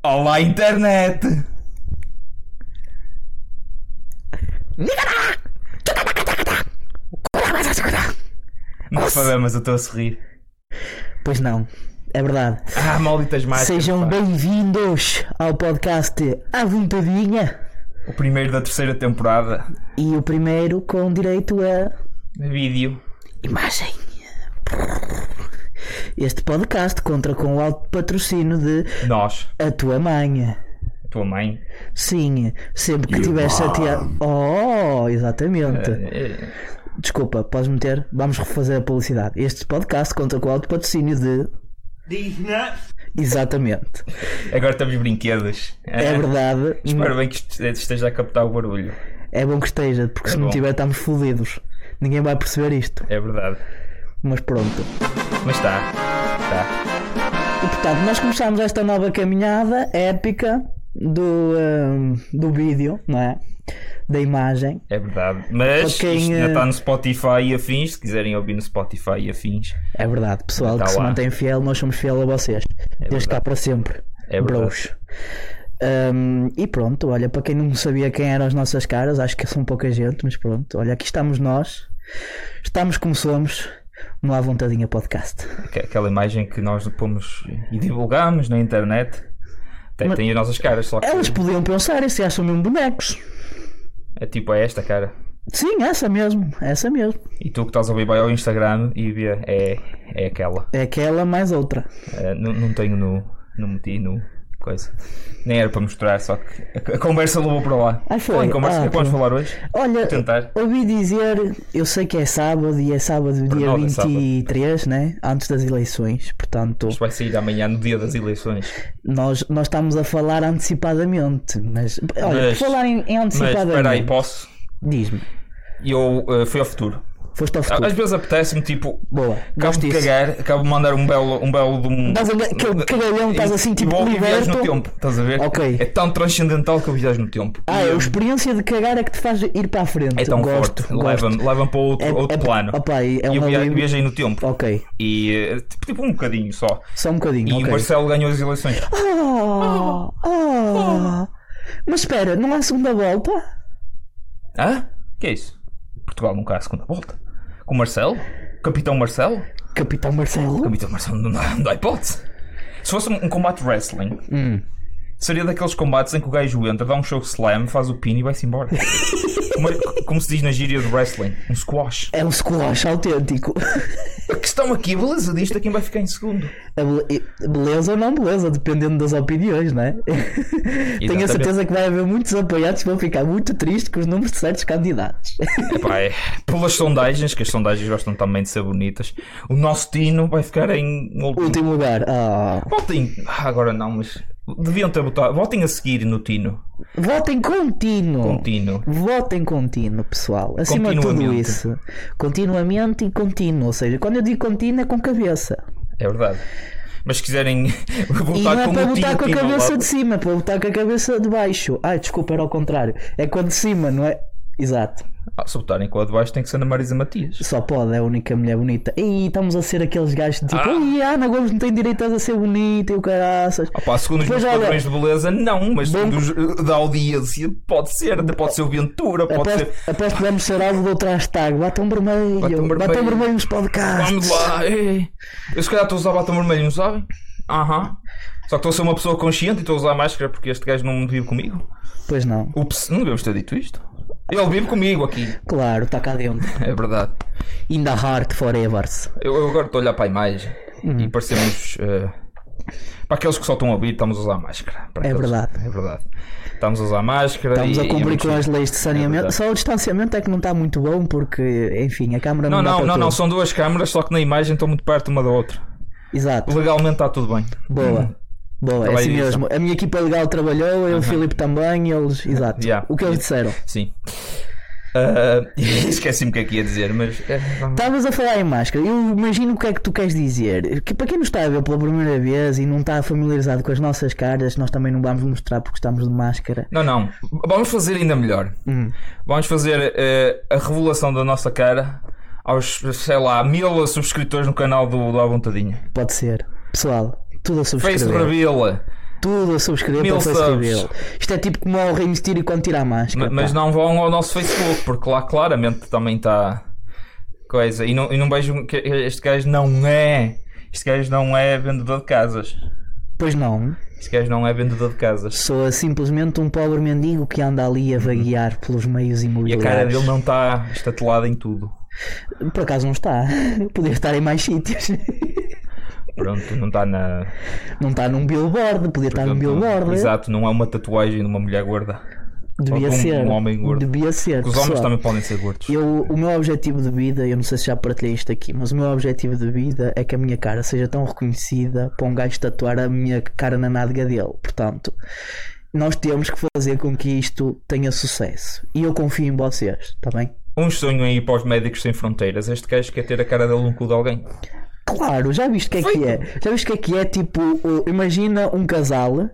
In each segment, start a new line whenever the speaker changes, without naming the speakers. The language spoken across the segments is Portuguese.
Olá, internet! Não sabemos, eu estou a sorrir.
Pois não, é verdade.
Ah, malditas máquinas.
Sejam
pá.
bem-vindos ao podcast A Vontadinha
O primeiro da terceira temporada.
e o primeiro com direito a
Vídeo.
imagem. Este podcast conta com o alto patrocínio de
Nós.
A Tua Mãe.
A tua mãe.
Sim, sempre que estiver chateado. Oh, exatamente.
Eh,
Desculpa, podes meter? Vamos refazer a publicidade. Este podcast conta com o alto patrocínio de. Exatamente.
Agora estamos brinquedos.
É
Eh,
verdade.
Espero bem que este- esteja a captar o barulho.
É bom que esteja, porque se
bom.
não tiver estamos fodidos. Ninguém vai perceber isto.
É verdade.
Mas pronto.
Mas tá. está. Está.
E portanto, nós começámos esta nova caminhada épica do, hum, do vídeo, não é? Da imagem.
É verdade. Mas
Para quem,
isto ainda
eh,
está no Spotify e afins. Se quiserem ouvir no Spotify e afins.
É verdade, pessoal
Está
que se
Tá lá.
mantém fiel, nós somos fiel a vocês. Desde cá para sempre.
É verdade.
Bros. Hum, e pronto, olha, para quem não sabia quem eram as nossas caras, acho que são pouca gente, mas pronto, olha, aqui estamos nós, estamos como somos, não há vontadinha podcast.
Aqu- Aquela imagem que nós pomos e divulgámos na internet. Tem, tem as nossas caras, só que
Elas podiam pensar, se acham mesmo bonecos.
é tipo é esta cara.
Sim, essa mesmo, essa mesmo.
E tu que estás a ouvir vai ao Instagram e vê, é, é aquela.
É aquela mais outra.
É, não, não tenho no. Não meti no. Coisa. Nem era para mostrar, só que a, a conversa levou para lá.
Ah, foi?
Em conversa,
Ah,
é que vamos
pronto.
falar hoje?
Olha,
tentar.
ouvi dizer, eu sei que é sábado e é sábado dia
nós é sábado.
23, né? Antes das eleições, portanto,
Isto vai sair amanhã, no dia das eleições.
nós, nós estamos a falar antecipadamente. Mas, olha,
Mas-
por falar em, em
Mas espera aí,
antecipadamente,
posso?
diz-me,
Eu eh, fui ao futuro. Ah,
foste ao futuro.
Às vezes apetece-me, tipo,
Boa,
acabo
gosto
de
disso.
cagar, acabo de mandar um belo. Um belo de um...
Estás a ver aquele cagalhão, estás
E-
assim,
e
tipo,
vou- e viajo no
liberto.
tempo, estás a ver?
Ok.
É tão transcendental que eu viajo no tempo. E
Ah, a
eu-
experiência de cagar é que te faz ir para a frente.
É tão
gosto,
forte.
gosto.
Leva-me leva para outro,
É-
outro
é-
plano.
opa, é
E eu
uma
via-
lei-
viajei no tempo.
Ok,
E eh, tipo, tipo um bocadinho só.
só um bocadinho.
E
ok.
o Marcelo ganhou as eleições.
Oh, oh. Mas espera, não há segunda volta?
Hã? que é isso? Portugal nunca há segunda volta. Com o Marcelo? Capitão Marcelo?
Capitão Marcelo?
Capitão Marcelo não dá, não dá hipótese. Se fosse um, um combate wrestling, seria daqueles combates em que o gajo entra, dá um show slam, faz o pin e vai-se embora. como, é- como se diz na gíria do wrestling, um squash.
É um squash autêntico.
A questão aqui, a beleza disto é quem vai ficar em segundo.
A bele- Beleza ou não beleza, dependendo das opiniões, não é? Tenho a
Exatamente.
certeza que vai haver muitos apoiados que vão ficar muito tristes com os números de certos candidatos.
Epá, é, pelas sondagens, que as sondagens gostam também de ser bonitas, o nosso Tino vai ficar em último.
Último lugar. Ah.
Votem. Ah, agora não, mas. Deviam ter botado. Votem a seguir no Tino.
Votem contínuo.
Com Tino.
Votem contínuo, pessoal. Acima de tudo
Continuamente.
isso. Continuamente e contínuo. Ou seja, quando eu digo contínuo é com cabeça.
É verdade. Mas se quiserem
E não
votar
é
com
para
o Tino,
botar com a
Tino ao
cabeça
lado,
de cima, é para botar com a cabeça de baixo. Ai, desculpa, era ao contrário. É com a de cima, não é? Exato.
Ah, se votarem com a de baixo, tem que ser na Marisa Matias.
Só pode, é a única mulher bonita. E estamos a ser aqueles gajos de tipo,
Ah.
ai, Ana Gomes não tem direito a ser bonita e o caraças.
Ah, pá, segundo os
Pois
meus
olha-
padrões de beleza, não, mas
Bom-
dos- da audiência pode ser, pode ser o Ventura, Ah, pode ser.
Aposto, aposto que vamos ser alvo de outra hashtag. Batam vermelho,
Batom
batam
vermelho.
vermelho, nos podcasts.
Vamos lá, ei. eu se calhar estou a usar batom vermelho, não sabem? Aham. Só que estou a ser uma pessoa consciente e estou a usar máscara porque este gajo não vive comigo.
Pois não,
Ups, não devemos ter dito isto. Ele vive comigo aqui,
claro, está cá dentro.
é verdade.
In the heart forever.
Eu, eu agora estou a olhar para a imagem e parecemos. eh, para aqueles que só estão a ouvir, estamos a usar máscara. Para
É
aqueles-
verdade.
É verdade. Estamos a usar máscara.
Estamos
e-
a
e
cumprir
muitos-
com as leis de saneamento.
verdade.
Só o distanciamento é que não está muito bom, porque, enfim, a câmara não
Não,
dá
não,
para
não,
tudo.
não, são duas câmaras, só que na imagem estão muito perto uma da outra.
Exato.
Legalmente está tudo bem. Uhum.
Boa. Boa, é
Trabalho
assim
direção.
mesmo. A minha equipa legal trabalhou, eu, o Filipe também, eles. Exato.
Uhum. Yeah.
O que eles disseram.
Sim. Ah, Esqueci-me o que é que ia dizer, mas. eh, vamos-
Estavas a falar em máscara, eu imagino o que é que tu queres dizer. Que para quem nos está a ver pela primeira vez e não está familiarizado com as nossas caras, nós também não vamos mostrar porque estamos de máscara.
Não, não. Vamos fazer ainda melhor. Vamos fazer eh, a revelação da nossa cara aos, sei lá, mil subscritores no canal do, do À Vontadinha.
Pode ser. Pessoal, tudo a
Face
subscrever.
Revela.
tudo a subscrever
Mil
para o Facebook.
subs.
Isto é tipo como ao Rei Mistério quando tira a
Ma-
máscara.
Mas
pá.
não vão ao nosso Facebook, porque lá claramente também está coisa. E não, e não vejo que este gajo não é. Este gajo não é vendedor de casas.
Pois não.
Este gajo não é vendedor de casas.
Sou simplesmente um pobre mendigo que anda ali a vaguear pelos meios
E a
imobiliários.
cara dele não está estatelada em tudo.
Por acaso não está. Podia estar em mais sítios.
Pronto, não está na.
Não está num billboard, podia estar num
Portanto,
Tá billboard. né?
Exato, não é uma tatuagem de uma mulher gorda.
Devia
Ou de um-
ser.
um homem gordo.
Devia ser.
Porque os homens
pessoal.
também podem ser gordos.
Eu, o meu objetivo de vida, eu não sei se já partilhei isto aqui, mas o meu objetivo de vida é que a minha cara seja tão reconhecida para um gajo tatuar a minha cara na nádega dele. Portanto, nós temos que fazer com que isto tenha sucesso. E eu confio em vocês, está bem?
Uns sonham em ir Um para os médicos sem fronteiras. Este gajo quer ter a cara dele no cu de alguém.
Claro, já viste o que é que é? Já viste o que é que é? Tipo, uh, imagina um casal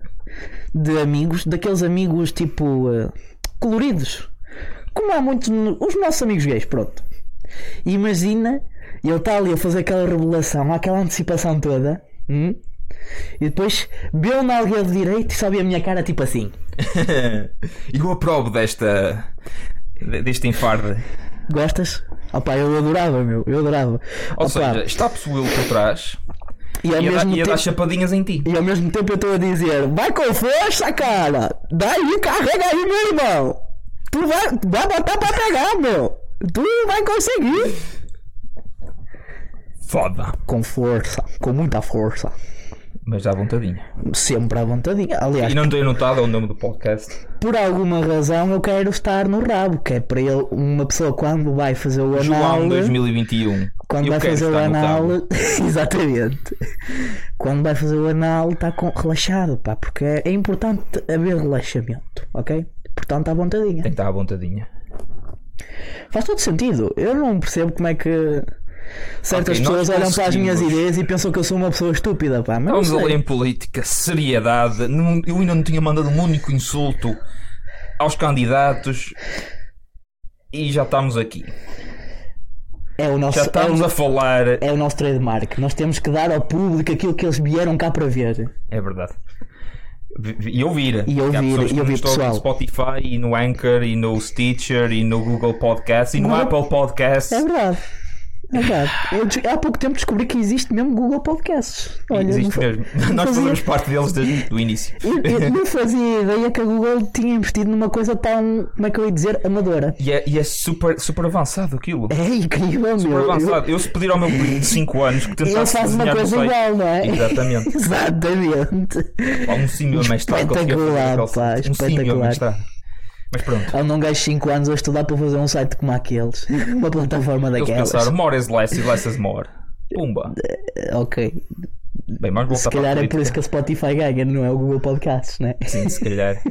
de amigos, daqueles amigos tipo uh, coloridos, como há muitos, no- os nossos amigos gays, pronto. E imagina ele está ali a fazer aquela revelação, aquela antecipação toda, hum? e depois vê na alguém de direito e só vê a minha cara tipo assim.
Eu aprovo desta. de- deste enfarde.
Gostas? Opa, eu adorava, meu, eu adorava.
Ou
Opa,
seja, está a possuí-lo por trás
e ao
e a, dar-
mesmo
e a dar
tempo.
chapadinhas em ti.
E ao mesmo tempo eu estou a dizer: vai com força, cara! Daí, carrega aí, meu irmão! Tu vai, vai botar pra pegar, meu! Tu vai conseguir!
Foda.
Com força, com muita força.
Mas dá vontadinha.
Sempre à vontadinha. Aliás,
E não tenho notado o nome do podcast.
por alguma razão eu quero estar no rabo, que é para ele, uma pessoa quando vai fazer o anal.
João 2021.
Quando
Eu
vai
quero
fazer o
estar no
anal.
cabo.
Exatamente. Quando vai fazer o anal, está com... relaxado, pá, porque é, é importante haver relaxamento, ok? Portanto, à vontadinha.
Tem que estar à vontadinha.
Faz todo sentido. Eu não percebo como é que certas
Ok, nós
pessoas olham para as minhas
conseguimos.
ideias e pensam que eu sou uma pessoa estúpida, pá. Mas não
Estávamos
sei.
a ler em política, seriedade. não- eu ainda não tinha mandado um único insulto aos candidatos. E já estamos aqui.
É o nosso,
Já estamos
é,
a falar.
o, é o nosso trademark. Nós temos que dar ao público aquilo que eles vieram cá para ver.
É verdade. Vi- vi- E ouvir.
E ouvir,
Há pessoas que
e
não
ouvir,
estão no
pessoal.
Spotify, e no Anchor, e no Stitcher, e no Google Podcast, e no
Google-
Apple Podcast.
É verdade. É verdade. Eu des- há pouco tempo descobri que existe mesmo Google Podcasts. Olha, não
Existe
fa-
mesmo.
não
Nós
fazia-
fazemos parte deles desde o início.
Eu, eu não fazia ideia que a Google tinha investido numa coisa tão, como é que eu ia dizer, amadora.
E é, e é super, super avançado aquilo.
É incrível,
Super
meu. Eu-
avançado. Eu, se pedir ao meu primo de 5 anos que tentasse
Ele faz uma
desenhar,
coisa
sei.
igual, não é?
Exatamente.
Exatamente.
Pá, um símio mais tarde.
Espetacular, pá,
Um símio mais
espetacular.
tarde. Mas pronto.
Andam um gajo de 5 anos a estudar para fazer um site como aqueles. Uma plataforma
Eles
daquelas.
pensaram, more is less e less is more. Pumba.
Eh, Ok.
Bem, vamos voltar
Se calhar
para a
é por isso que a Spotify ganha, não é o Google Podcasts, né?
política. Sim, se calhar.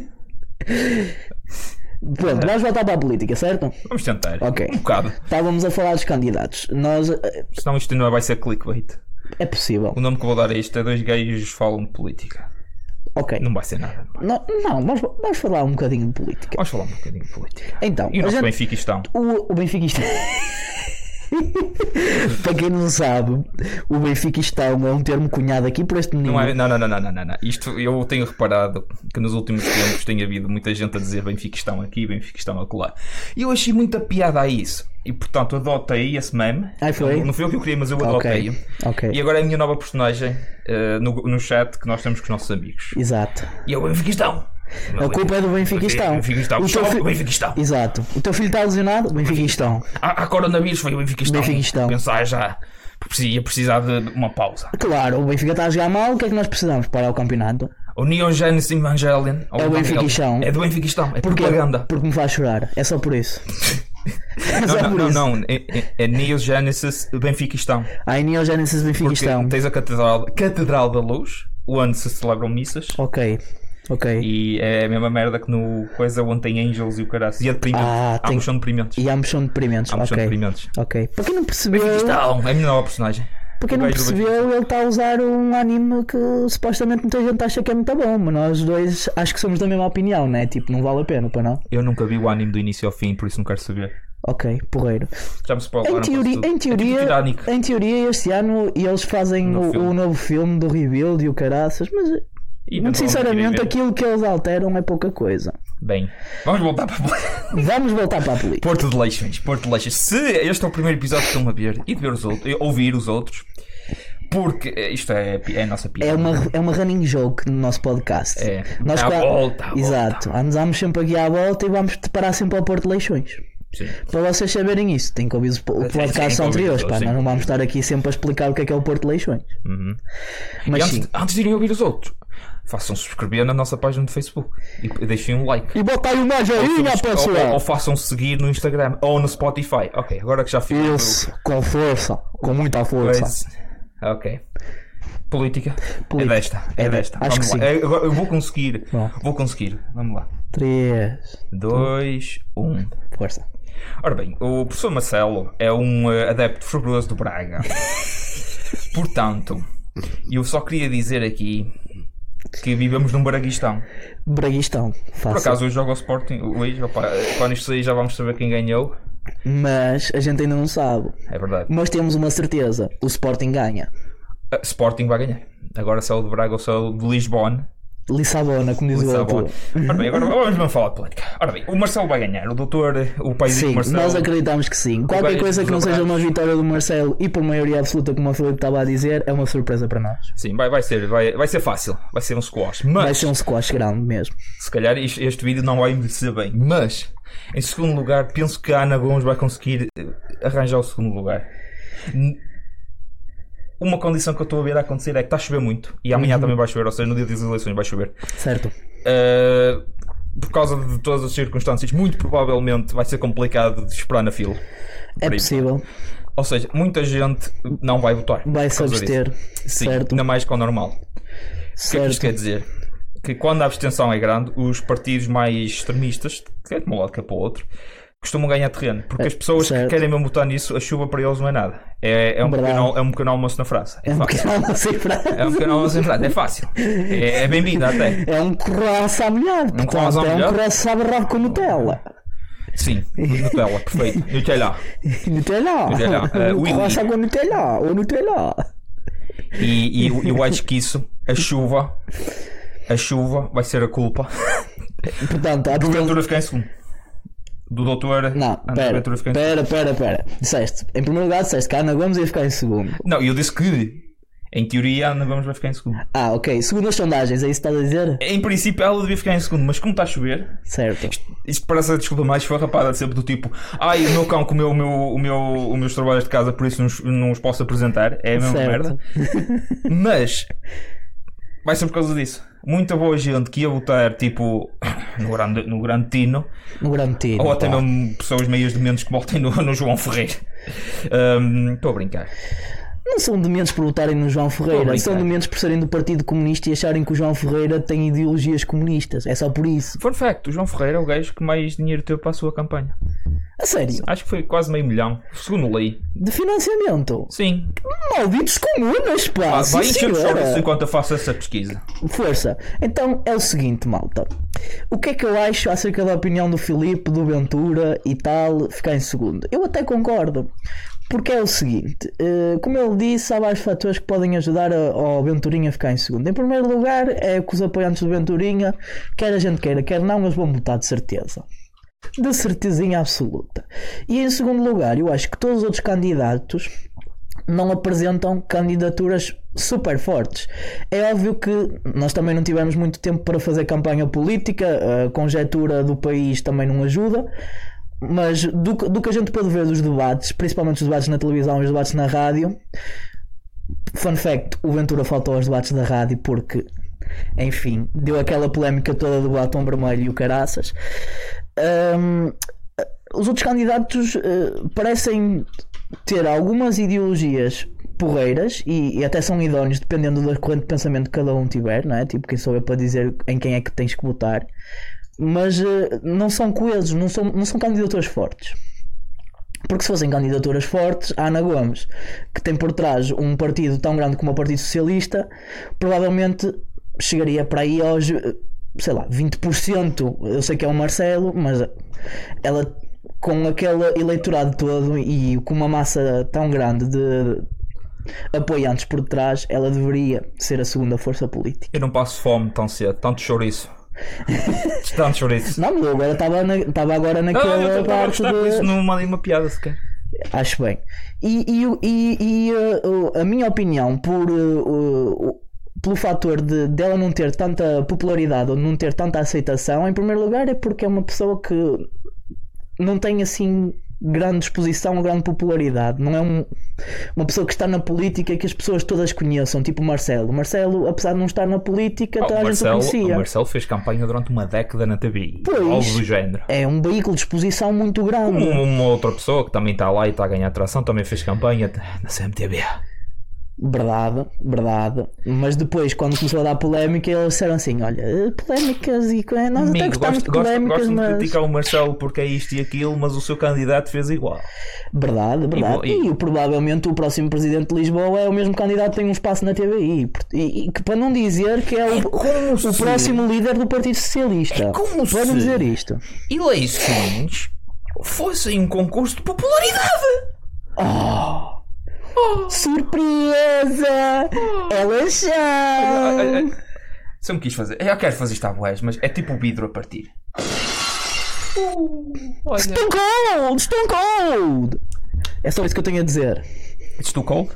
Pronto,
É.
vamos voltar para a política, certo?
Vamos tentar.
Ok.
Um bocado.
Estávamos a falar dos candidatos. Nós. eh,
Senão isto não vai ser clickbait.
É possível.
O nome que eu vou dar a isto é dois gays falam de política.
Ok.
Não vai ser nada.
Não, não vamos, vamos falar um bocadinho de política.
Vamos falar um bocadinho de política.
Então,
E o
a
nosso
gente-
Benfica estão.
O, o benfiquista. Para quem não sabe, o benfiquistão é um termo cunhado aqui por este menino.
Não, é- não, não, não, não, não, não, não. Isto eu tenho reparado que nos últimos tempos tem havido muita gente a dizer Benfiquistão aqui, Benfiquistão acolá. E eu achei muita piada a isso. E portanto adotei esse meme.
Ah, foi?
Não, não foi o que eu queria, mas eu adotei.
Ok. Ok.
E agora é a minha nova personagem eh, no, no chat que nós temos com os nossos amigos.
Exato.
E é o Benfiquistão.
A culpa é do Benfiquistão.
um Benfiquistão.
O teu
Stop
fi-
Benfiquistão.
Exato. O teu filho está lesionado? Benfiquistão.
Há, há coronavírus, foi o Benfiquistão.
Benfiquistão.
Pensar já. porque Ia precisar de uma pausa.
Claro, o Benfica está a jogar mal, o que é que nós precisamos para o campeonato?
O Neon Genesis Evangelion. ou
É o
Evangelion,
Benfiquistão.
É do Benfiquistão. É
Porquê?
propaganda.
Porque me faz chorar. É só por isso. É só
Não,
por
não,
isso.
não, não. É, é- é Neon Genesis Benfiquistão.
Há Neogênesis
Porque
Benfiquistão.
tens a Catedral, Catedral da Luz, onde se celebram missas.
Ok. Ok.
E é a mesma merda que no coisa onde tem Angels e o caralho. E é deprimente.
Ah,
Ambos
tem-
são deprimentes.
E ambos são deprimentes.
Ambos são
ok.
deprimentes.
Ok. Para quem não percebeu.
Benfiquistão. É a minha nova personagem.
Para quem
O
não
gajo do
percebeu, ele está a usar um anime que supostamente muita gente acha que é muito bom, mas nós dois acho que somos da mesma opinião, né? Tipo, não vale a pena, para não?
Eu nunca vi o anime do início ao fim, por isso não quero saber.
Ok, porreiro.
Já me spoilaram
Em,
quase
teori-
tudo.
em
É
teoria,
tipo Titanic.
em teoria, este ano eles fazem
Novo
o,
filme.
o novo filme do Rebuild e o caraças, mas
E
Muito
eventualmente
sinceramente,
irei ver.
aquilo que eles alteram é pouca coisa.
Bem, vamos voltar para
Vamos voltar para a política.
Porto de Leixões. Porto de Leixões. Se este é o primeiro episódio que estão a ver e de ver os outros, ouvir os outros, porque eh, isto é, é a nossa piada.
É uma, é uma running joke no nosso podcast.
É. Dá a
qua-
volta, à volta.
Exato. Andamos sempre aqui à volta e vamos te parar sempre ao Porto de Leixões.
Sim.
Para vocês saberem isso, tem que ouvir o po- o
Sim, sim, tem
podcast
que ouvir
anteriores.
os
Pá,
outros,
nós
sim. Uhum.
não vamos estar aqui sempre a explicar o que é que é o Porto de Leixões. Mas
E
sim.
antes, antes de irem ouvir os outros, façam subscrever na nossa página do Facebook e deixem um like.
E botar uma joinha,
ou, ou, ou
pessoal!
façam seguir no Instagram ou no Spotify. Ok, agora que já fiz.
Isso, com força, com muita força.
Pois. Ok. Política.
Política.
É desta. É
É
desta.
desta. Acho
Vamos
que
lá.
sim.
É, agora eu vou conseguir.
Bom.
Vou conseguir. Vamos lá.
Três,
dois um.
força.
Ora bem, o professor Marcelo é um eh, adepto fervoroso do Braga. Portanto, eu só queria dizer aqui que vivemos num Braguistão.
Braguistão,
Por
fácil.
acaso eu jogo ao Sporting hoje, opa, quando isto sair já vamos saber quem ganhou.
Mas a gente ainda não sabe.
É verdade.
Mas temos uma certeza: o Sporting ganha.
Ah, Sporting vai ganhar. Agora se é o de Braga ou se é o de Lisbona.
Lissabona, como diz o
Lisboa.
outro.
Ora bem, agora vamos mesmo falar de política. Ora bem, o Marcelo vai ganhar. O doutor, o país
Sim,
do Marcelo.
nós acreditamos que sim. Qualquer
ganho
coisa que não
dos
seja uma
abraços.
vitória do Marcelo e por maioria absoluta, como o Filipe estava a dizer, é uma surpresa para nós.
Sim, vai, vai, ser, vai, vai ser fácil. Vai ser um squash. Mas,
Vai ser um squash grande mesmo.
se calhar este, este vídeo não vai envelhecer bem. Mas, em segundo lugar, penso que a Ana Gomes vai conseguir eh, arranjar o segundo lugar. N- Uma condição que eu estou a ver a acontecer é que está a chover muito. E
Uhum.
amanhã também vai chover, ou seja, no dia das eleições vai chover.
Certo?
Uh, por causa de todas as circunstâncias, muito provavelmente vai ser complicado de esperar na fila.
É
Por aí.
possível.
Ou seja, muita gente não vai votar.
Vai se
por causa disso.
abster.
Sim,
Certo?
ainda mais que o normal. O que é que isto
Certo.
quer dizer? Que quando a abstenção é grande, os partidos mais extremistas, que é de um lado que é para o outro, costumam ganhar terreno. Porque as pessoas
É, certo.
que querem mesmo votar nisso, a chuva para eles não é nada. É, é um,
Verdade.
pequeno, al- é um pequeno almoço na França. É,
É um
fácil.
bocado assim para.
É um pequeno almoço na França. É fácil. É, é bem-vindo até.
É um croissant molhado, portanto,
croissant
é um
molhado.
croissant barrado com Nutella.
Sim, Nutella, perfeito. Nutella.
Nutella!
Nutella. Eh,
Um
oui, oui.
croissant com Nutella, ou Nutella.
E, e eu, eu acho que isso, a chuva, a chuva vai ser a culpa.
Portanto, a
Do Ventura ficar em segundo. Do doutor.
Não,
Ana
pera,
Ventura ficar em
pera, pera, pera. Disseste, em primeiro lugar disseste que a Ana Gomes ia ficar em segundo.
segundo. Não, eu disse que, em teoria, a Ana Gomes vai ficar em segundo.
Ah, ok. Segundo as sondagens, é isso que estás a dizer?
Em princípio, ela devia ficar em segundo, mas como está a chover,
Certo.
isto parece a desculpa mais farrapada de sempre do tipo: ai, o meu cão comeu o meu, o meu, os meus trabalhos de casa, por isso não, os- não os posso apresentar. É a mesma
Certo.
merda. Mas vai ser por causa disso. Muita boa gente que ia votar, tipo, no grande, no grande Tino,
No grande tiro.
Ou Oh, até
pá.
mesmo pessoas meias dementes que voltem no, no João Ferreira. Ahm, Estou a brincar.
Não são dementes por lutarem no João
Estou a
Ferreira,
brincar.
são dementes por serem do Partido Comunista e acharem que o João Ferreira tem ideologias comunistas. É só por isso.
Fun fact: o João Ferreira é o gajo que mais dinheiro teve para a sua campanha.
A sério,
Acho que foi quase meio milhão, segundo lei.
de financiamento.
Sim.
Malditos comunas, pá.
Ah,
sim,
vai encher os
senhora.
olhos enquanto eu faço essa pesquisa.
Força. Então é o seguinte, malta. O que é que eu acho acerca da opinião do Filipe, do Ventura e tal, ficar em segundo? Eu até concordo. Porque é o seguinte, eh, como ele disse, há vários fatores que podem ajudar a- ao Venturinha a ficar em segundo. Em primeiro lugar, é que os apoiantes do Venturinha, quer a gente queira, quer não, eles vão votar de certeza. De certezinha absoluta. E em segundo lugar, eu acho que todos os outros candidatos não apresentam candidaturas super fortes. É óbvio que nós também não tivemos muito tempo para fazer campanha política, a conjetura do país também não ajuda. Mas do, que- do que a gente pôde ver dos debates, principalmente os debates na televisão e os debates na rádio, fun fact: o Ventura faltou aos debates da rádio porque, enfim, deu aquela polémica toda do batom vermelho e o caraças. Ahm, os outros candidatos eh, parecem ter algumas ideologias porreiras e, e até são idóneos dependendo da corrente de pensamento que cada um tiver, não é? Tipo, quem sou eu para dizer em quem é que tens que votar, mas eh, não são coesos, não são, não são candidaturas fortes. Porque se fossem candidaturas fortes, a Ana Gomes, que tem por trás um partido tão grande como o Partido Socialista, provavelmente chegaria para aí aos, eh, sei lá, 20%. Eu sei que é o Marcelo, mas ela, com aquele eleitorado todo e com uma massa tão grande de apoiantes por trás, ela deveria ser a segunda força política.
Eu não passo fome tão cedo, tanto chouriço. tanto chouriço.
Não, mas eu agora estava na- estava agora
Não, não, eu
naquela
estava a
parte
gostar com
de.
isso, não mandei uma piada sequer.
Acho bem. E, e, e- e, uh, uh, a minha opinião, por, uh, uh, pelo fator de, dela não ter tanta popularidade ou não ter tanta aceitação, em primeiro lugar é porque é uma pessoa que não tem assim grande exposição ou grande popularidade. Não é um- uma pessoa que está na política e que as pessoas todas conheçam, tipo o Marcelo. O Marcelo, apesar de não estar na política,
Ah,
toda
o,
a
Marcelo,
gente o
o
Então, conhecia.
Marcelo fez campanha durante uma década na TV.
Pois.
Algo do género.
É um veículo de exposição muito grande.
Uma, uma outra pessoa que também está lá e está a ganhar atração também fez campanha na CMTV.
Verdade, verdade. Mas depois, quando começou a dar polémica, eles disseram assim: olha, eh, polémicas e. co- eh, Nós até
Amigo,
gostamos de
gosto, gosto,
polémicas,
gosto de
mas.
criticar o Marcelo porque é isto e aquilo, mas o seu candidato fez igual.
Verdade, verdade.
E
E,
vo- e-
o- provavelmente o próximo presidente de Lisboa é o mesmo candidato que tem um espaço na TVI. Por- E, e que, para não dizer que é o,
como
o
se- É
próximo líder do Partido Socialista.
como
para não
se-
dizer isto.
Eleições fossem um concurso de popularidade. Oh.
Surpresa!
Oh.
Elas são!
É, Se eu me quis fazer, eu quero fazer isto à boés, mas é tipo o vidro a partir. olha.
Stone Cold! Stone Cold! É só isso que eu tenho a dizer.
Estou cold?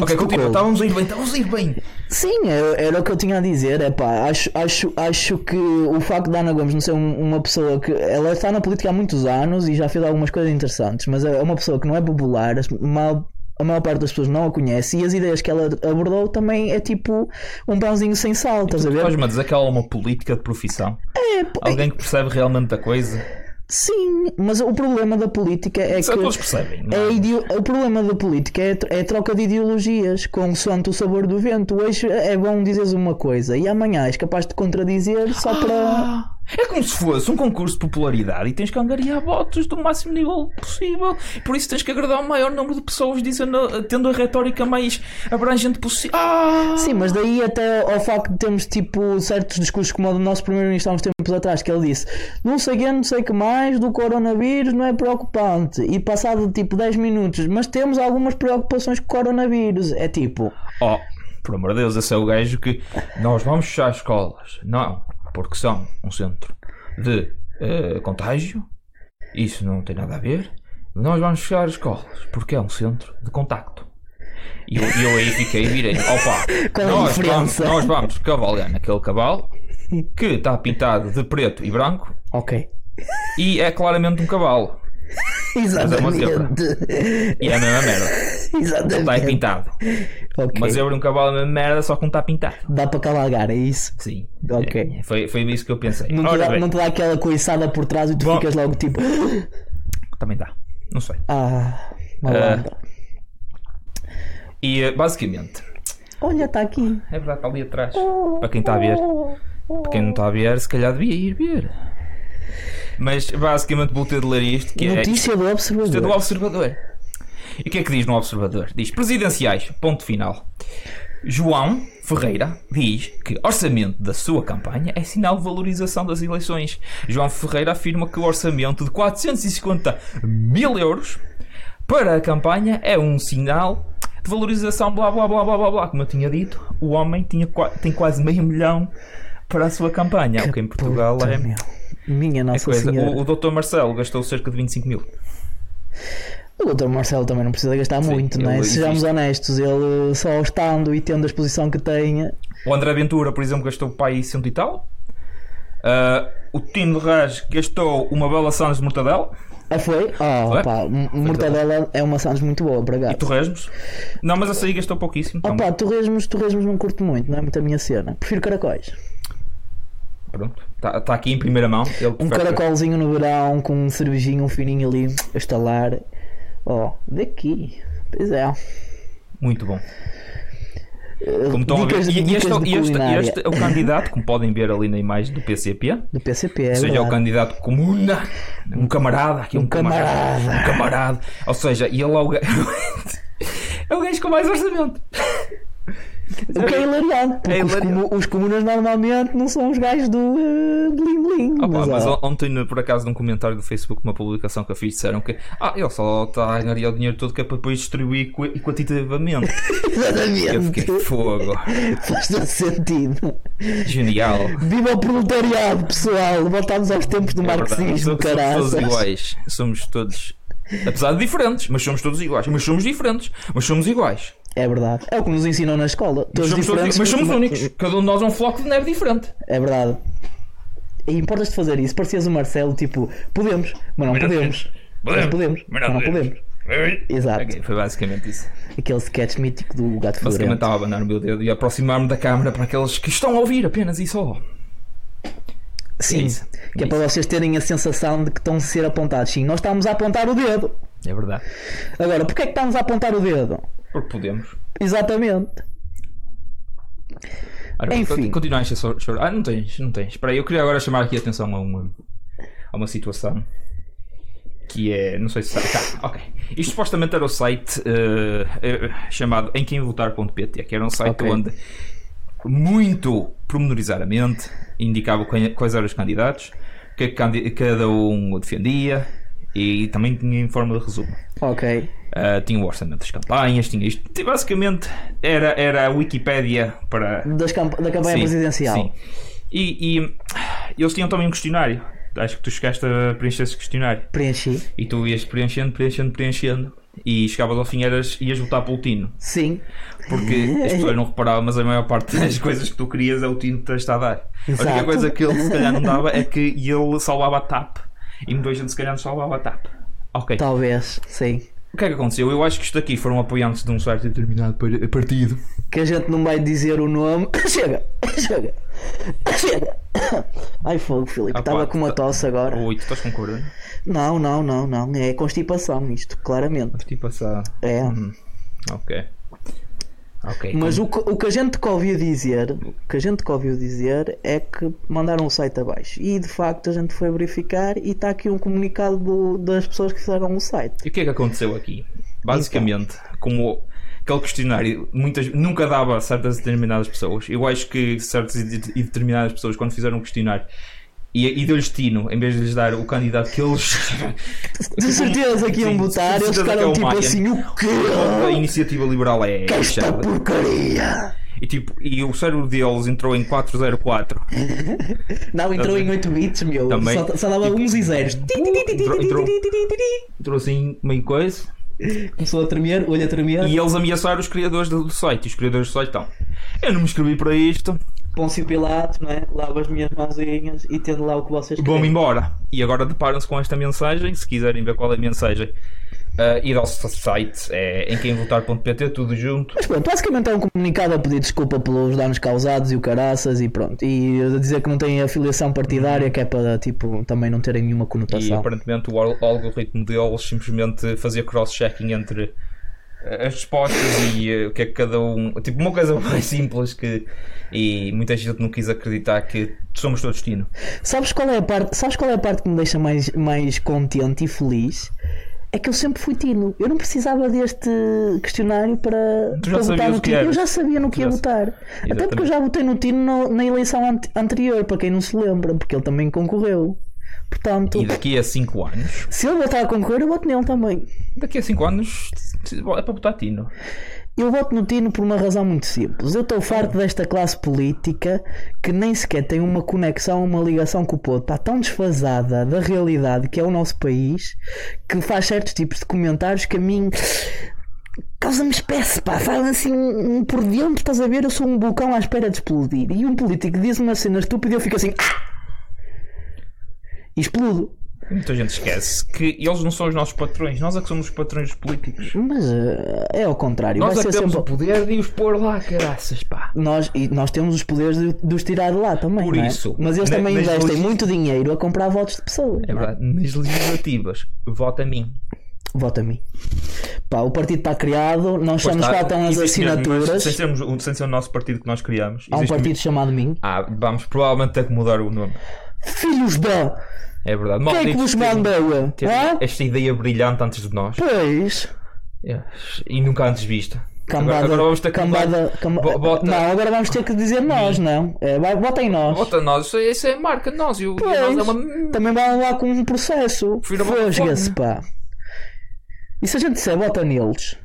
Ok,
too
continua.
cold.
Estávamos a ir bem, estávamos a ir bem.
Sim, eu- era o que eu tinha a dizer. Epá, acho, acho, acho que o facto da Ana Gomes não ser um- uma pessoa que. Ela está na política há muitos anos e já fez algumas coisas interessantes, mas é uma pessoa que não é popular, as- mal- a maior parte das pessoas não a conhece e as ideias que ela abordou também é tipo um pãozinho sem sal, estás a ver?
Estás-me a dizer que ela é uma política de profissão?
É, pô,
Alguém que percebe realmente a coisa?
sim, mas o problema da política é
Só
que.
todos percebem. não é?
É ideo- O problema da política é, tro- é a troca de ideologias, consoante o sabor do vento. Hoje é bom dizeres uma coisa e amanhã és capaz de contradizer só para.
É como se fosse um concurso de popularidade e tens que angariar votos do máximo nível possível. Por isso tens que agradar o maior número de pessoas, dizendo, tendo a retórica mais abrangente possível. Ah!
Sim, mas daí até ao facto de termos tipo certos discursos como o do nosso primeiro-ministro há uns tempos atrás, que ele disse não sei quem, não sei que mais, do coronavírus não é preocupante. E passado tipo 10 minutos, mas temos algumas preocupações com o coronavírus. É tipo,
Oh, por amor de Deus, esse é o gajo que nós vamos fechar as escolas. Não, porque são um centro de eh, contágio. Isso não tem nada a ver. Nós vamos fechar as escolas porque é um centro de contacto. E eu, e eu aí fiquei e virei. Opa,
Qual é a
nós, vamos,
diferença?
nós vamos cavalgar naquele cavalo que está pintado de preto e branco
ok.
e é claramente um cavalo. é
Exatamente.
E é a mesma merda. Está
Exatamente.
pintado.
Ok.
Mas eu abri um cavalo na mesma merda só que não está pintado.
Dá para cavalgar, é isso?
Sim.
Ok.
É, Foi, foi isso que eu pensei.
Não te,
Ora
dá,
bem.
não te dá aquela coiçada por trás e tu
Bom.
ficas logo tipo.
Também dá. Não sei.
Ah, malandro.
E eh, basicamente,
Olha, está aqui.
é verdade, está ali atrás. Para quem está a ver. Para quem não está a ver, se calhar devia ir ver. Mas basicamente vou ter de ler isto, que é isto
Notícia do
é do
Observador.
Observador. E o que é que diz no Observador? Diz presidenciais, ponto final. João Ferreira diz que orçamento da sua campanha é sinal de valorização das eleições. João Ferreira afirma que o orçamento de 450 mil euros para a campanha é um sinal de valorização, blá blá blá blá blá blá. Como eu tinha dito, o homem tinha, qua- tem quase meio milhão para a sua campanha, o que em Portugal
Puta,
é.
meu. Minha
é
Nossa
coisa.
Senhora.
O, o Dr. Marcelo gastou cerca de 25 mil.
O Dr. Marcelo também não precisa gastar
Sim,
muito, não é?
ele
Sejamos
existe.
honestos, ele só estando e tendo a exposição que tem.
O André Ventura, por exemplo, gastou para aí cento e tal. Ah, o Tino de Raj gastou uma bela Sandes de mortadela
Ah, foi? Oh,
Foi.
pá, m- mortadela é uma sandes muito boa, para
e torresmos. Não, mas essa aí gastou pouquíssimo.
Ah,
então,
pá, torresmos, torresmos não curto muito, não é muito a minha cena. Prefiro caracóis.
pronto. Está tá aqui em primeira mão. Ele
Um
prefere-
caracolzinho no verão, com um cervejinho, um fininho ali a estalar. Ó, daqui. Pois é.
Muito bom.
Eh,
Como estão
dicas,
a ver. E, e
dicas
este, é o-
de
e este-
culinária.
este é o candidato, como podem ver ali na imagem do PCP.
Do PCP, é
Ou seja, é o
verdade.
candidato comum. Um camarada. Aqui um, camarada.
camarada.
Um camarada. Ou seja, ele é o gajo. é o gajo com mais orçamento.
O que é hilariante, porque
É
os,
hilariante.
comu- os comunas normalmente não são os gajos do eh, bling bling.
Ah, pá,
mas,
mas
ó,
on- ontem, no- por acaso, num comentário do Facebook, uma publicação que eu fiz, disseram que ah, ele só está a ganhar o dinheiro todo que é para depois distribuir qua- quantitativamente. Eu fiquei
exatamente.
fogo.
Faz todo sentido.
Genial.
Viva o proletariado, pessoal! Voltamos aos tempos do
É verdade.
marxismo,
somos, somos todos
caralho.
iguais. Somos todos. Apesar de diferentes, mas somos todos iguais. Mas somos diferentes, mas somos iguais.
É verdade. É o que nos ensinam na escola. Todos
somos todos-
diferentes,
mas somos únicos. Cada um de nós é um floco de neve diferente.
É verdade. E importas de fazer isso? Parecias o Marcelo, tipo, podemos, mas não podemos. Mas podemos, mas não podemos. Exato.
Ok, foi basicamente isso.
Aquele sketch mítico do gato
Basicamente
fedorento.
estava a abanar o meu dedo e a aproximar-me da câmara para aqueles que estão a ouvir apenas e só.
Sim.
É isso.
Que é para vocês terem a sensação de que estão a ser apontados. Sim, nós estamos a apontar o dedo.
É verdade.
Agora, porquê é que estamos a apontar o dedo?
Porque podemos.
Exatamente.
Ora, bem,
Enfim.
conti- Continua a encher sor- chorar. Ah, não tens, não tens. Espera aí, eu queria agora chamar aqui a atenção a uma, a uma situação que é. Não sei se sabe. Tá, ok. Isto supostamente era o site eh, eh, chamado em que era um site
Ok.
onde muito promenorizadamente indicava quen- quais eram os candidatos, o que é que candi- cada um defendia e também tinha em forma de resumo.
Ok.
Ah, tinha o orçamento das campanhas, tinha isto. Basicamente era, era a Wikipédia para,
Das camp- da campanha
Sim,
é presidencial.
Sim. E, e, eles tinham também um questionário. Acho que tu chegaste a preencher esse questionário.
Preenchi.
E tu ias preenchendo, preenchendo, preenchendo. E chegavas ao fim, eras, ias votar pelo Tino.
Sim.
Porque as pessoas não reparavam, mas a maior parte das coisas que tu querias é o Tino que te está a dar. A única
Exato.
coisa que ele se calhar não dava é que ele salvava a TAP. E muita gente se calhar não salvava a TAP. Ok.
Tá. Talvez. Sim.
O que é que aconteceu? Eu acho que isto aqui foram apoiantes de um certo e determinado par- partido.
Que a gente não vai dizer o nome. Chega. Chega. Chega. Ai fogo, Filipe.
Ah,
Estava
pá,
com uma
tá-
tosse agora.
Oi, tu estás com corona?
Não, não, não, não. É constipação isto, claramente.
Tipo essa. Uhum.
É.
Ok. Ok.
Mas o que, o que a gente que ouviu dizer, o que a gente que ouviu dizer é que mandaram o site abaixo. E de facto a gente foi verificar e está aqui um comunicado do- das pessoas que fizeram o site.
E o que é que aconteceu aqui? Basicamente, como aquele questionário muitas, nunca dava a certas e determinadas pessoas, eu acho que certas e de- e determinadas pessoas, quando fizeram o questionário e, e deu-lhes Tino, em vez de lhes dar o candidato que eles.
De certeza que iam
Sim,
botar,
de
eles
certeza que é
ficaram
o
tipo
Maia.
assim, o
a
quê?
iniciativa liberal é.
Que Esta
chata.
porcaria!
E, tipo, e o cérebro deles entrou em 404.
Não, entrou
Também.
em 8 bits, meu.
Também.
Só, só dava uns e zeros.
entrou- entrou- Entrou assim meio coisa.
Começou a tremer, olho a tremer.
E eles ameaçaram os criadores do do site. E os criadores do site estão. Eu não me inscrevi para isto.
Pôncio Pilatos, não é? Lavo as minhas mãozinhas e tendo lá o que vocês
vão-me
querem.
embora. E agora deparam-se com esta mensagem. Se quiserem ver qual é a mensagem, ah, ir ao s- site é, em quemvotar.pt, tudo junto.
Mas pronto, basicamente é um comunicado a pedir desculpa pelos danos causados e o caraças e pronto. E a dizer que não tem afiliação partidária, que é para tipo também não terem nenhuma
Uhum. E
conotação.
aparentemente o al- algoritmo deles simplesmente fazia cross-checking entre ah, as respostas e ah, o que é que cada um. Tipo, uma coisa mais simples que. E muita gente não quis acreditar que somos todos destino.
Sabes qual é a parte, sabes qual é a parte que me deixa mais, mais contente e feliz? É que eu sempre fui tino. Eu não precisava deste questionário para,
Tu já
para votar
sabias
no
o que
tino. Eu
eras.
já sabia no que
Tu
ia
já
votar. Até porque eu já votei no tino no- na eleição ante- anterior, para quem não se lembra, porque ele também concorreu. Portanto,
E daqui a 5 anos.
se ele voltar a concorrer, eu voto nele também.
Daqui a 5 anos t- t- é para botar Tino.
Eu voto no Tino por uma razão muito simples. Eu estou farto desta classe política que nem sequer tem uma conexão, uma ligação com o povo. Está tão desfasada da realidade que é o nosso país que faz certos tipos de comentários que a mim causa-me espécie, pá. Faz assim um, um por dentro, estás a ver? Eu sou um vulcão à espera de explodir. E um político diz uma cena estúpida e eu fico assim. "Ah!" E explodo.
Muita gente esquece que eles não são os nossos patrões, nós é que somos os patrões políticos.
Mas eh, é ao contrário.
Nós
Vai
é que
ser
temos
sempre.
o poder de os pôr lá, caraças, pá.
Nós, e nós temos os poderes de, de os tirar de lá também.
Por
não é?
isso,
Mas eles
na-
também
nas
investem
legi-
muito dinheiro a comprar votos de pessoas.
É verdade, nas legislativas, vota a mim.
Vota a mim. Pá, o partido está criado,
Pois
nós somos
está,
cá estão as
existe mesmo,
assinaturas.
sem, sermos, um- sem ser o nosso partido que nós criamos.
Há um
existe
partido
mesmo-
chamado mim.
Ah, vamos provavelmente ter que mudar o nome.
Filhos da!
É verdade.
Quem é que vos mandou?
ter
Hã?
esta ideia brilhante antes de nós
Pois.
É, e nunca antes vista.
Cambada,
agora vamos ter que
cambada,
mudar.
camba-
Bo- bota- Hum.
Não, agora vamos ter que dizer nós, não. É, vai- bota em nós.
Outra nós, isso, isso é marca de nós. E o e
Pois,
nós é uma.
Também vão lá com um processo.
Fui na boca
Fosga-se, pá. E se a gente disser bota neles?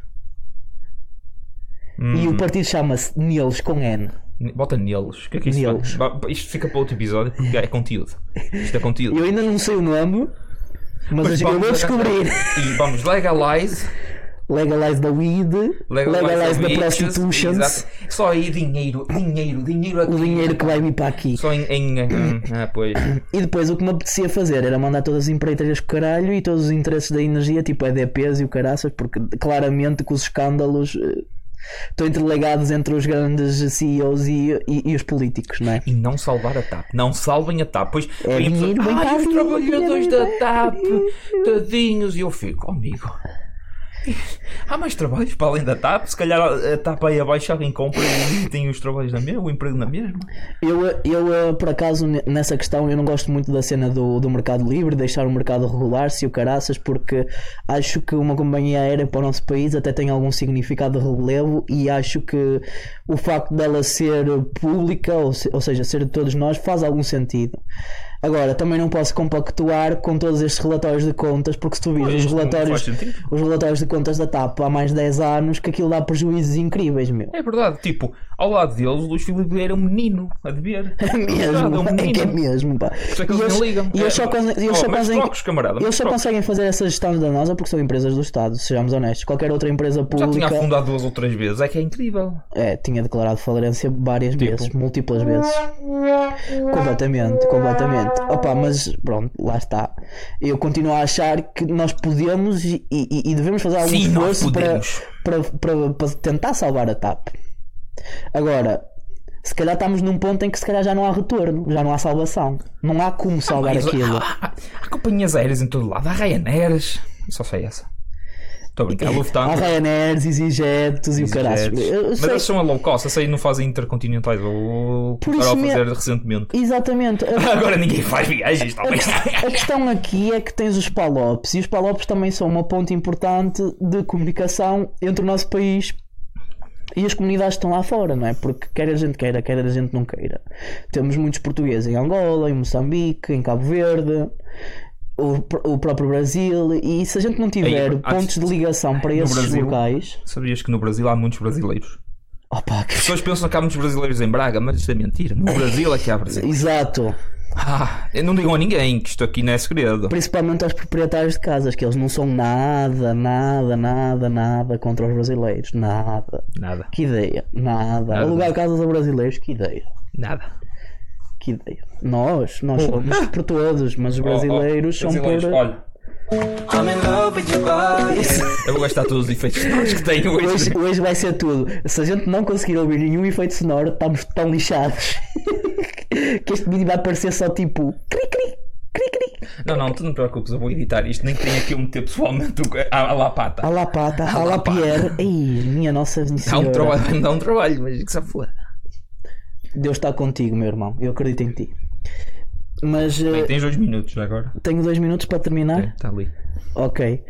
Hum.
E o partido chama-se Neles com N.
Bota neles. O que é que isso
Neles.
vai- Ba- Isto fica para outro episódio porque é conteúdo. Isto é conteúdo.
Eu ainda não sei o nome, mas, eu- eu
vamos
vou descobrir.
E vamos legalize.
Legalize the weed, legalize,
the
the
bitches,
prostitution,
exato. Só aí dinheiro, dinheiro, dinheiro
o
aqui.
dinheiro que vai vir para aqui.
Só em. em- ah, pois.
E depois o que me apetecia fazer era mandar todas as empreiteiras com o caralho e todos os interesses da energia, tipo EDPs e o caraças, porque claramente que os escândalos eh, estão interligados entre os grandes CEOs e, e- e os políticos, não é?
E não salvar a TAP. Não salvem a TAP. Pois
É
vêm pessoas,
dinheiro bem
"Ai, os
pago,
trabalhadores
dinheiro
da
bem
TAP,
pago."
tadinhos. E eu fico, oh, amigo. Há mais trabalhos para além da TAP? Se calhar a TAP aí abaixo alguém compra e tem os trabalhos na mesma, o emprego na mesma.
Eu, eh, eu eh, por acaso, ne- nessa questão, eu não gosto muito da cena do, do mercado livre, deixar o mercado regular-se e o caraças, porque acho que uma companhia aérea para o nosso país até tem algum significado de relevo e acho que o facto dela ser pública, ou, se- ou seja, ser de todos nós, faz algum sentido. Agora, também não posso compactuar com todos estes relatórios de contas, porque se tu vires
Pois,
os
isto não
relatórios,
faz sentido.
os relatórios de contas da TAP há mais de 10 anos, que aquilo dá prejuízos incríveis, meu.
É verdade, tipo, ao lado deles, o Luís Filipe era um menino a dever.
É mesmo,
Verdade, é um
é que é
menino.
mesmo, pá.
Só que eles não ligam.
E eles
É,
só, con- e eles
oh,
só
mas
conseguem.
trocos, camarada, mas
eles só
trocos.
conseem fazer essa gestão danosa porque são empresas do Estado, sejamos honestos. Qualquer outra empresa
Já tinha
pública.
afundado duas ou três vezes, é que é incrível.
É, tinha declarado falência várias
Tipo.
vezes, múltiplas vezes. Completamente, completamente. Opa, mas pronto, lá está. Eu continuo a achar que nós podemos e, e- e devemos fazer algum
Sim, nós
esforço para,
podemos.
para, para- para tentar salvar a TAP. Agora, se calhar estamos num ponto em que se calhar já não há retorno, já não há salvação. Não há como salvar
Ah, Mas,
aquilo.
Há, há- ah, há companhias aéreas em todo lado, há Ryanairs. Só sei essa. Estou a brincar, a
Há
Lufthansa.
Ryanairs, EasyJets e o caralho.
Jets.
Eu- eu
Mas
sei-
eles são a low cost, essas aí não fazem intercontinentais ou
Por
começaram a
isso
fazer recentemente.
Exatamente. A-
Agora ninguém faz viagens, talvez.
A questão aqui é que tens os palopes e os palopes também são uma ponte importante de comunicação entre o nosso país e as comunidades que estão lá fora, não é? Porque quer a gente queira, quer a gente não queira. Temos muitos portugueses em Angola, em Moçambique, em Cabo Verde, o, pr- o próprio Brasil. E se a gente não tiver
Aí, há-
pontos de ligação para esses
Brasil?
locais,
Sabias que no Brasil há muitos brasileiros?
opa,
As
que...
pessoas pensam que há muitos brasileiros em Braga, mas isto é mentira. No Brasil é que há brasileiros.
exato.
Ah, eu não digam a ninguém que isto aqui não é segredo.
Principalmente aos proprietários de casas, que eles não são nada, nada, nada, nada contra os brasileiros. Nada.
Nada,
Que ideia. Nada. Alugar casas a brasileiros, que ideia.
nada.
Que ideia. Nós, nós somos por todos, mas os brasileiros são
Oh, brasileiros,
por.
Olha,
I'm in love with your body.
eu vou gastar todos os efeitos sonoros que tenho hoje.
Hoje, hoje vai ser tudo. Se a gente não conseguir ouvir nenhum efeito sonoro, estamos tão lixados que este vídeo vai parecer só tipo. Cri, cri, cri, cri.
Não, não, tu não te preocupes, eu vou editar isto. Nem que tenha aqui eu meter pessoalmente o... a, a lapata.
Alá pata, alá
pata.
Pierre. Ei, minha nossa
Dá um
senhora.
trabalho, vai me dar um trabalho, mas que se foda.
Deus está contigo, meu irmão. Eu acredito em ti. Mas eh,
Bem, tens dois minutos agora.
tenho dois minutos para terminar.
Está ali.
Ok.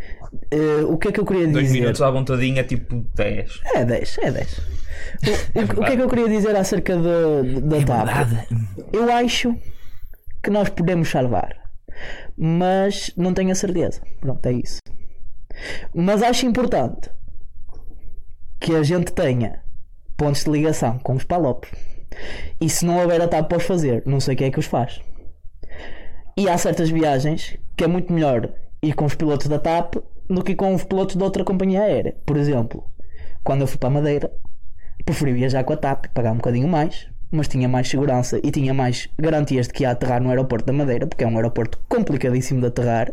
Eh, o que é que eu queria
Dois
dizer?
minutos à vontadinha, tipo 10.
É 10, é 10. O, o- o que é que eu queria dizer acerca da- da TAP? Eu acho que nós podemos salvar, mas não tenho a certeza. Pronto, é isso. Mas acho importante que a gente tenha pontos de ligação com os palopes. E se não houver a TAP para os fazer, não sei quem é que os faz. E há certas viagens que é muito melhor ir com os pilotos da TAP do que com os pilotos de outra companhia aérea. Por exemplo, quando eu fui para a Madeira, preferi viajar com a TAP, pagar um bocadinho mais, mas tinha mais segurança e tinha mais garantias de que ia aterrar no aeroporto da Madeira, porque é um aeroporto complicadíssimo de aterrar,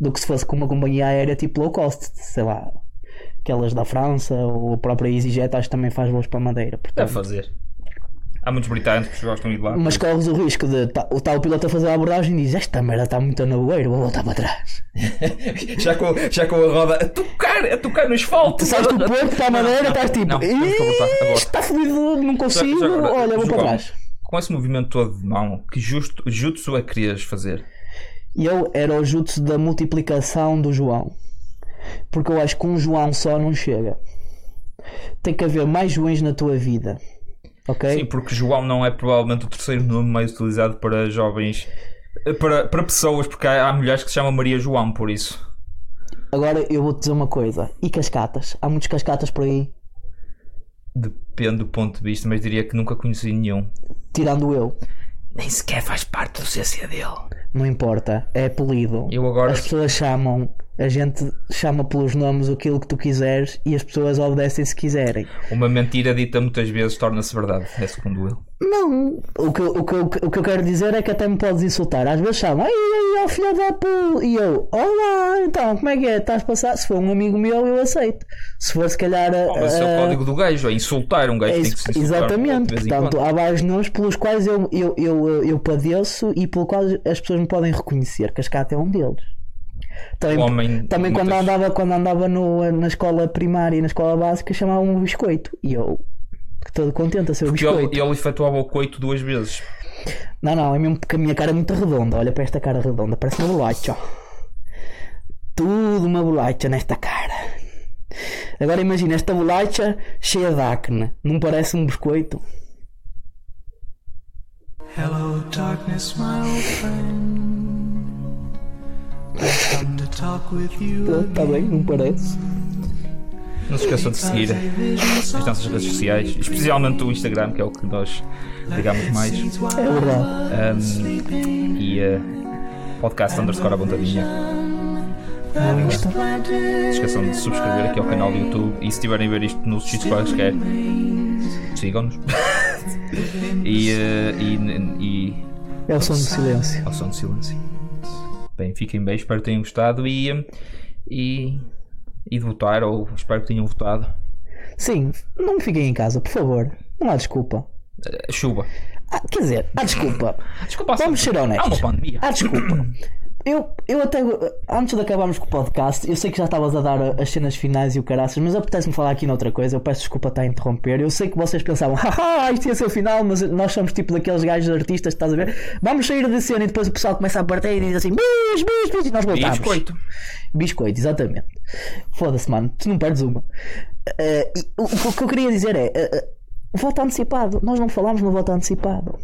do que se fosse com uma companhia aérea tipo low cost, sei lá, aquelas da França ou a própria EasyJet, acho que também faz voos para a Madeira.
Deve
Portanto,
fazer. Há muitos britânicos que gostam de ir lá.
mas corres o risco de tá, o tal piloto a fazer a abordagem e diz: Esta merda está muito anoeiro, vou voltar para trás.
Já com, já com a roda a tocar, a tocar no asfalto.
Tu sais do Porto para a Madeira, estás tipo:
não, não, estou a voltar,
"Ih,
agora."
Está fodido, não consigo,
Já- já agora,
olha, vou para
João,
trás.
Com esse movimento todo de mão, que justo, jutsu é que querias fazer?
E eu era o jutsu da multiplicação do João. Porque eu acho que um João só não chega. tem que haver mais Joões na tua vida. Ok?
Sim, porque João não é provavelmente o terceiro nome mais utilizado para jovens. eh, Para, para pessoas, porque há, há mulheres que se chamam Maria João, por isso.
Agora eu vou-te dizer uma coisa. E cascatas? Há muitos cascatas por aí,
Depende do ponto de vista, mas diria que nunca conheci nenhum.
tirando eu.
Nem sequer faz parte do CC dele.
Não importa, é apelido.
Eu agora-
As pessoas chamam, a gente chama pelos nomes aquilo que tu quiseres e as pessoas obedecem se quiserem.
Uma mentira dita muitas vezes torna-se verdade, é segundo ele.
Não, o que, o, que, o, que, o que eu quero dizer é que até me podes insultar. Às vezes chamam, ai, ai, ai, filho da puta, e eu, olá, então, como é que é? Estás passado? Se for um amigo meu, eu aceito. Se for, se calhar. a-
Bom, mas esse é
a-
o código do gajo, é insultar um gajo
eh,
tem
É isso-
que se insultar
exatamente,
de vez em quando.
portanto, há vários nomes pelos quais eu, eu, eu, eu padeço e pelo qual as pessoas me podem reconhecer. Cascata é um deles. Também,
O Um homem
também
de
quando,
muitas-
andava, quando andava no- na escola primária e na escola básica chamavam-me biscoito e eu fico todo contente a ser o
Porque ele,
biscoito.
ele efetuava o coito duas vezes.
Não, não, é mesmo porque a minha cara é muito redonda. Olha para esta cara redonda, parece uma bolacha. ó. Tudo uma bolacha nesta cara. Agora imagina esta bolacha cheia de acne. Não parece um biscoito?
Hello, darkness, my old friend. I've come to talk with you.
Está Tá bem, não parece.
Não se esqueçam de seguir as nossas redes sociais, especialmente o Instagram, que é o que nós ligamos mais.
É verdade.
Ahm, e eh, podcast underscore Abontadinha. Não se esqueçam de subscrever aqui ao canal do YouTube e se tiverem a ver isto nos sítios quaisquer, sigam-nos. e, eh, e, e
É o som do silêncio.
ao som de silêncio. Bem, fiquem bem, espero que tenham gostado e, eh, e, e de votar, ou espero que tenham votado.
Sim, não fiquem em casa, por favor. Não há desculpa.
Eh, chuva.
Ah, quer dizer, há desculpa.
Desculpa,
Vamos ser honestos. Ah,
Há uma pandemia.
Há desculpa. Eu, eu até. Antes de acabarmos com o podcast, eu sei que já estavas a dar a- as cenas finais e o caraças, mas apetece-me falar aqui noutra coisa. Eu peço desculpa estar a interromper. Eu sei que vocês pensavam, haha, isto ia ser o final, mas nós somos tipo daqueles gajos artistas, estás a ver? Vamos sair da cena e depois o pessoal começa a partir e diz assim, bis, bis, bis, e nós
E é
voltamos.
biscoito.
Biscoito, exatamente. Foda-se, mano, tu não perdes uma. Eh, e o, o que eu queria dizer é: eh, eh, voto antecipado. Nós não falámos no voto antecipado.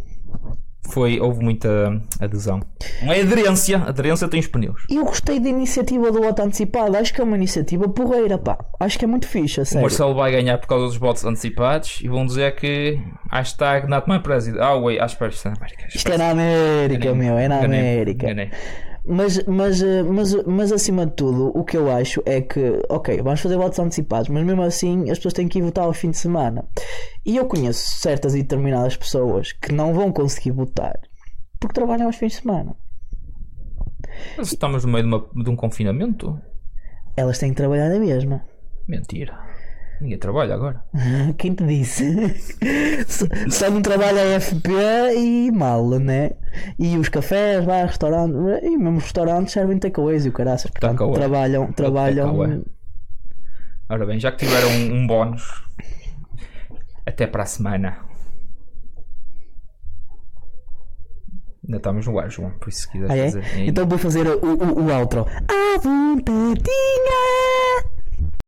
Foi, houve muita adesão. Não é aderência. Aderência tem os pneus.
Eu gostei da iniciativa do voto antecipado. Acho que é uma iniciativa porreira, pá. Acho que é muito fixe, a
O
sério.
Marcelo vai ganhar por causa dos votos antecipados e vão dizer que hashtag not my president. Ah, wait, ah, espera, isto é na América.
Isto é na América, meu, é na
Enganei-me,
América.
enganei-me.
Mas, mas, eh, mas, mas acima de tudo, o que eu acho é que, ok, vamos fazer votos antecipados, mas mesmo assim as pessoas têm que ir votar ao fim de semana. E eu conheço certas e determinadas pessoas que não vão conseguir votar porque trabalham aos fins de semana.
Mas estamos no meio de, uma- de um confinamento?
Elas têm que trabalhar da mesma.
Mentira. Ninguém trabalha agora.
Quem te disse? Só- Só um não trabalha a FP e mal, né? E os cafés, vai, restaurante, e mesmo os restaurantes servem takeaways e o caraças. Portanto,
Takeaway.
trabalham, trabalham.
Takeaway. Ora bem, já que tiveram um, um bónus, até para a semana. Ainda estamos no ar, João, por isso se quiser
Ah, é?
fazer.
Então vou fazer o, o, o outro. A vontadinha!